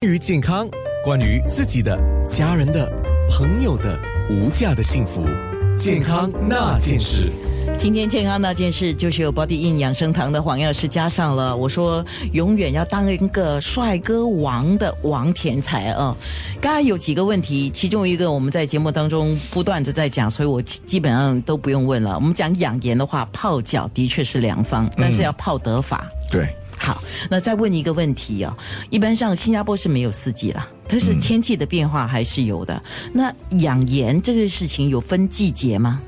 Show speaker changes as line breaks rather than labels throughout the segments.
关于健康，关于自己的、家人的、朋友的无价的幸福，健康那件事。
今天健康那件事，就是有 Body In 养生堂的黄药师加上了。我说，永远要当一个帅哥王的王天才啊！刚才有几个问题，其中一个我们在节目当中不断的在讲，所以我基基本上都不用问了。我们讲养颜的话，泡脚的确是良方，但是要泡得法。
对，
好，那再问一个问题哦，一般上新加坡是没有四季啦，但是天气的变化还是有的。那养颜这个事情有分季节吗？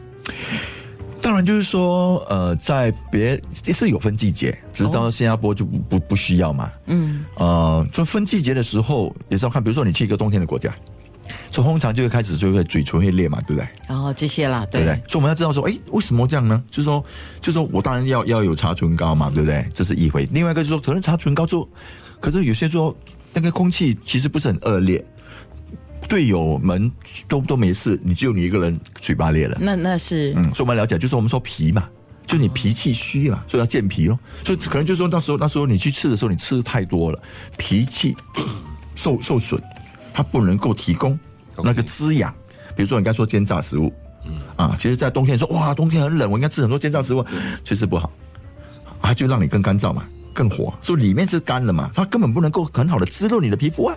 当然就是说，呃，在别是有分季节，只是到新加坡就不不不需要嘛。
嗯，
呃，就分季节的时候也是要看，比如说你去一个冬天的国家，所以通常就会开始就会嘴唇会裂嘛，对不对？
然后哦这些啦，
对不对？所以我们要知道说，哎，为什么这样呢？就是说，就是说我当然要要有擦唇膏嘛，对不对？这是一回。另外一个就是说，可能擦唇膏做，可是有些说那个空气其实不是很恶劣，队友们都都没事，你只有你一个人嘴巴裂了。
那那是
嗯，所以我们了解，就是我们说脾嘛，就是你脾气虚嘛，所以要健脾咯。所以可能就是说那时候那时候你去吃的时候，你吃的太多了，脾气 受受损，它不能够提供那个滋养。比如说你刚才说煎炸食物，嗯啊，其实，在冬天说哇，冬天很冷，我应该吃很多煎炸食物，其实不好，它就让你更干燥嘛。更火，所以里面是干的嘛，它根本不能够很好的滋润你的皮肤啊，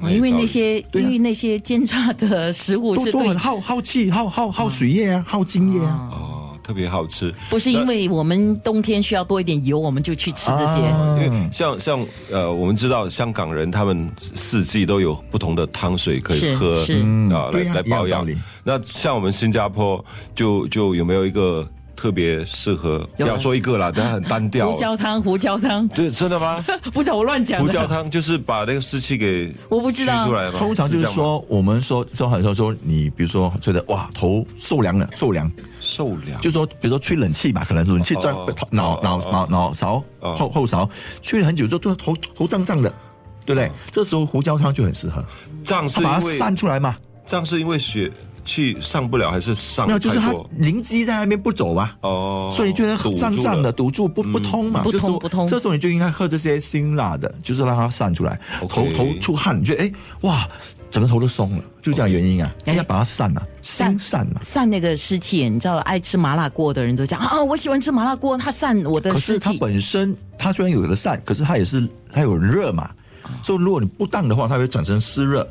哦因为那些、
对啊
因为那些煎炸的食物
都
是
都
对嗯
很，耗耗气、耗耗耗水液啊，耗精液啊，
哦，特别好吃。
不是因为我们冬天需要多一点油，我们就去吃这些。
啊
因为像像呃，我们知道香港人他们四季都有不同的汤水可以
是
喝
是
啊，来
对啊
来保
一样道
养
理。
那像我们新加坡就就有没有一个特别适合？不
有啊
要说一个啦，但很单调
胡。椒汤，胡椒汤，
对，真 的吗？
不是我乱讲
胡
的。
椒汤就是把那个湿气给
我不知道
驱出来嘛。
通常就是
嗯这样吗
说，我们说说很多说你，比如说觉得哇头受凉了，受凉，
受凉，
就说比如说吹冷气嘛，可能冷气在
哦哦
脑
哦
脑
哦
脑脑勺
哦
后后勺吹了很久之后，就头头胀胀的，对不对？这时候胡椒汤就很适合，
胀嗯是
它把
因
它
为
散出来嘛，
胀是因为血气上不了，还是上
没有就是
嗯太
它
多
凝积在那边不走嘛。
哦，
所以觉得
堵住
胀胀的
了嗯
堵住不不通嘛，
不通
这时候
不通
这时候你就应该喝这些辛辣的，就是让它散出来，头
OK
头出汗，你觉得哎哇，整个头都松了，就这样原因啊，
哎
要把它散嘛，
散
心散嘛。
散那个湿气，你知道，爱吃麻辣锅的人都讲啊，我喜欢吃麻辣锅，它散我的
可
湿
是它
气。
本身它虽然有了散，可是它也是它有热嘛，所以如果你不当的话，它会产生湿热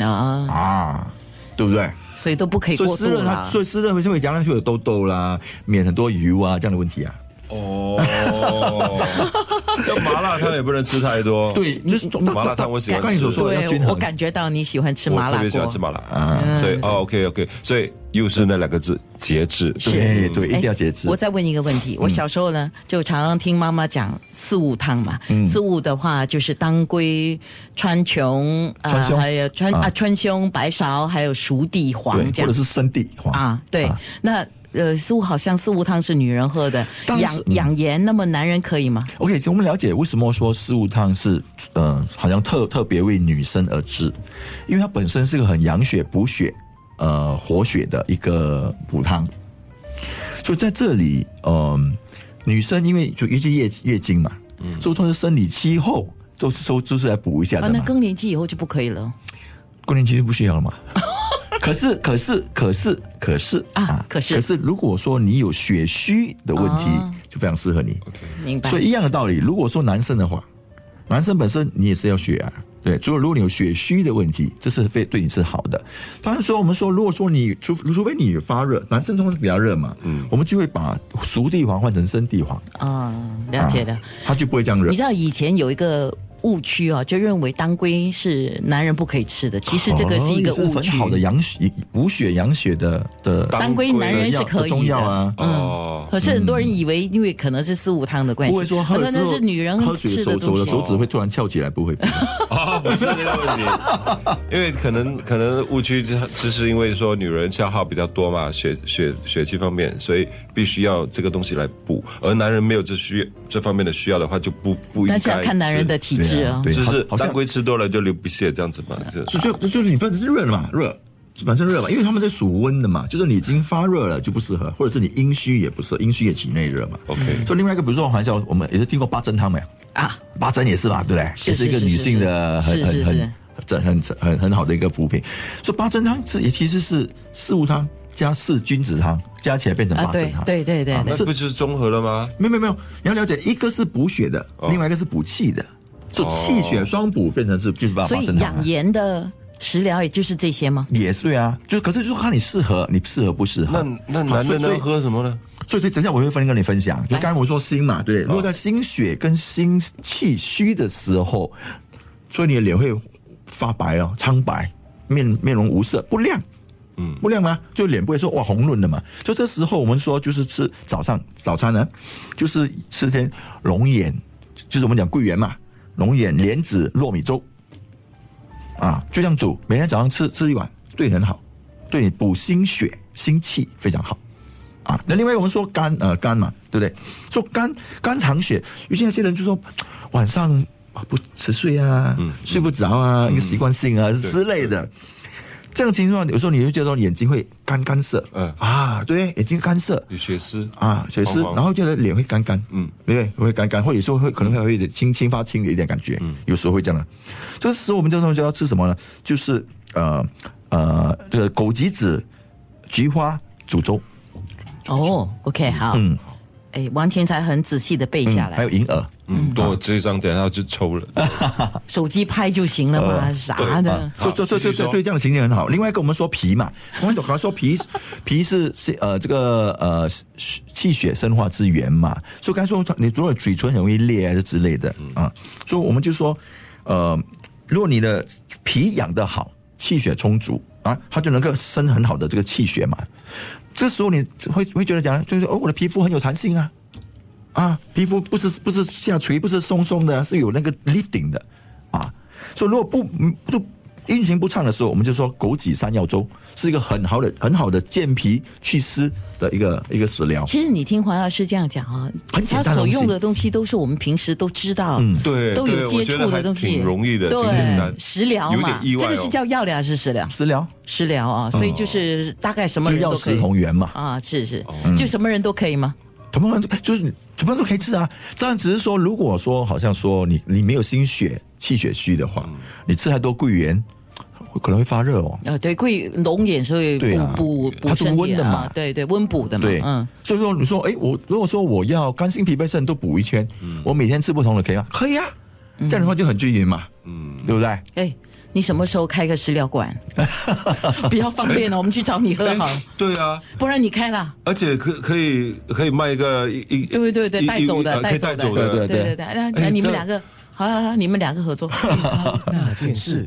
啊，
啊，对不对？
所以都不可以
所以
过
湿
度
热它
啦。
所以湿热会就会讲它会有痘痘啦，免很多油啊这样的问题啊。
哦， 就麻辣烫也不能吃太多。
对，就是
麻辣烫我喜欢吃
刚才你所说的要
对
均，衡
我感觉到你喜欢吃
我
麻
特
辣
别喜欢
锅。嗯
吃麻辣，所以哦，OK OK，所以又是那两个字节制。
对对，一
哎
定要节制嗯
我。再问一个问题，我小时候呢，就常常听妈妈讲四物汤嘛。
嗯
四物的话就是当归、川穹、呃
川芎
还有川
啊
啊川芎、白芍，还有熟地、黄
对，
这样
或者是生地黄
啊。对，
啊
那呃，似乎好像四物汤是女人喝的，
当
养
时嗯
养颜，那么男人可以吗？
OK，所以我们了解为什么说四物汤是呃，好像特特别为女生而制，因为它本身是个很养血补血、呃活血的一个补汤，所以在这里，嗯、女生因为就尤其月月经嘛，嗯，所以她的生理期后都是都就是来补一下
啊
的，嘛
那。更年期以后就不可以了
更年期就不需要了嘛。 可是，可是，可是，可是
啊可是
可是，如果说你有血虚的问题，
啊
就非常适合你。
明白
所？以一样的道理，如果说男生的话，男生本身你也是要血啊，对。除了如果你有血虚的问题，这是非对你是好的。当然说我们说，如果说你除除非你发热，男生通常比较热嘛，嗯，我们就会把熟地黄换成生地黄，
啊，了解了。
啊，他就不会这样热
你。知道以前有一个误区哦，就认为当归是男人不可以吃的，其实这个是一个
哦也
误
很
区。
好的养血补血养血的的
当归男人是可以的
中药啊。
嗯
哦，
可是很多人以为，因为可能是四物汤的关系，
不会嗯说喝
他说
了之
那
后，
是女人
喝水
吃
手
的
手
东
的
西。哦
手指会突然翘起来，不会。
啊，不是这个问题， 因为可能可能误区就就是因为说女人消耗比较多嘛，血血血气方面，所以必须要这个东西来补，而男人没有这需这方面的需要的话，就不不应
但
该吃。
是要看男人的体质
对
啊
啊。
就是
好好像
当归吃多了就流鼻血这样子嘛，就
就就就是你不是热了嘛，热反正热嘛，因为他们在属温的嘛，就是你已经发热了就不适合，或者是你阴虚也不适合，阴虚也体内热嘛。
OK
所以另外一个，比如说我玩笑，我们也是听过八珍汤没有？
啊，
八珍也是嘛，对不对？
是
也是一个
是是
女性的
是
很
是是
很很很很很很好的一个补品。所以八珍汤是也其实是四物汤加四君子汤，加起来变成
啊
八珍汤。
对对对对
啊
对
那
是
不就是综合了吗？
没有没有没有，你要了解，一个是补血的，
哦
另外一个是补气的，所以
哦
气血双补变成是就是八
所
八
以
珍汤啊
养。颜的食疗也就是这些吗？
也是对啊，就可是就是看你适合，你适合不适合
那。那男的
啊所以所
呢？
以
喝什么呢？
所以对，等一下我会分跟你分享。就刚才我说心嘛，对，如果在心血跟心气虚的时候，所以你的脸会发白哦，苍白，面面容无色，不亮。嗯，不亮吗？就脸不会说哇红润的嘛。就这时候我们说就是吃早上早餐呢，就是吃些龙眼，就是我们讲桂圆嘛，龙眼、莲子、糯米粥，啊，就这样煮，每天早上吃吃一碗，对你很好，对你补心血、心气非常好。啊。那另外我们说肝，呃，肝嘛，对不对？说呃肝肝藏血，有些那些人就说嗯晚上啊不吃睡啊，睡不着啊，一个习惯性啊之类的。这样情况，有时候你会觉得眼睛会干干涩，
嗯
啊，对，眼睛干涩
有血丝
啊，血丝，
黄黄
然后觉得脸会干干，
嗯
对不对？会干干，或有时候会可能会有一点轻轻发青的一点感觉，有时候会这样的。啊这时候我们这种就要吃什么呢？就是呃呃，这个枸杞子、菊花煮粥，
哦，OK，好，嗯，哎，王天才很仔细的背下
嗯，还
来，啊
有银耳，
嗯，啊多这一张等一下就抽了。
手机拍就行了
呃
嘛，啥的
啊。
所以所以所以
继
所
续
以
说
所以对这样的情景很好。另外一个我们说脾嘛，我们总刚说脾脾是是呃这个呃是是气血生化之源嘛，所以刚才说你如果嘴唇很容易裂啊这之类的啊，所以我们就说呃，如果你的脾养得好，气血充足啊，它就能够生很好的这个气血嘛。这时候你会会觉得讲就是哦我的皮肤很有弹性啊，啊，皮肤不是不是下垂，不是松松的，是有那个 lifting 的啊。所以如果不嗯不运行不畅的时候，我们就说枸杞山药粥是一个很好的很好的健脾祛湿的一个一个食疗。
其实你听黄药师这样讲啊，
很简
他
单的
所
东西嗯
用的东西都是我们平时都知道，
对
都
对
有
我
接
觉
触
得还
的东西，
挺容易的
对
挺简单，
食疗
有
嘛
点，意外
这
哦嗯
个是叫药疗还是食疗？
食疗
食疗啊，所以就是大概什么
就
人
药
都可
食
以
同源嘛，
啊，是是，
哦
就什么人都可以吗？
什么人都哎就是什么人都可以吃啊。当然只是说，如果说好像说你你没有心血气血虚的话，你吃太多桂圆会可能会发热哦。
啊，对，贵龙眼所以
对啊
补补补
它是
身体
温的嘛
啊，对对，温补的嘛，
对，
嗯，
所以说你说，哎，我如果说我要肝心疲惫肾都补一圈，我每天吃不同的可以吗？可以啊，
嗯
这样的话就很均匀嘛，嗯，对不对？
哎，你什么时候开个食疗 馆？比较方便哦，我们去找你喝好，
对啊，
不然你开啦。
而且可可以可以卖一个一一
对对对，
一
带走
一
的，
呃可
带
以带
走
走的，
对
哎 啊
对对对，那那你们两个，好了好了，你们两个合作。
那件事。